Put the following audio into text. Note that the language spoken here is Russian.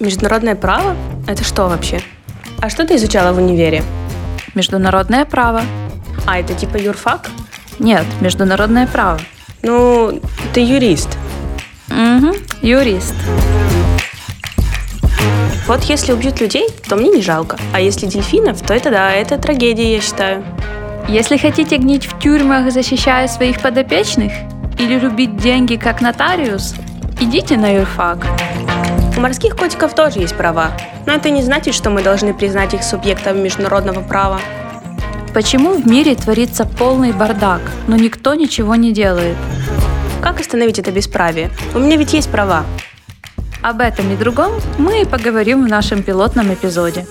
Международное право? Это что вообще? А что ты изучала в универе? Международное право. А, это типа юрфак? Нет, международное право. Ну, ты юрист. Угу, юрист. Вот если убьют людей, то мне не жалко. А если дельфинов, то это да, это трагедия, я считаю. Если хотите гнить в тюрьмах, защищая своих подопечных, или рубить деньги как нотариус, идите на юрфак. У морских котиков тоже есть права, но это не значит, что мы должны признать их субъектом международного права. Почему в мире творится полный бардак, но никто ничего не делает? Как остановить это бесправие? У меня ведь есть права. Об этом и другом мы и поговорим в нашем пилотном эпизоде.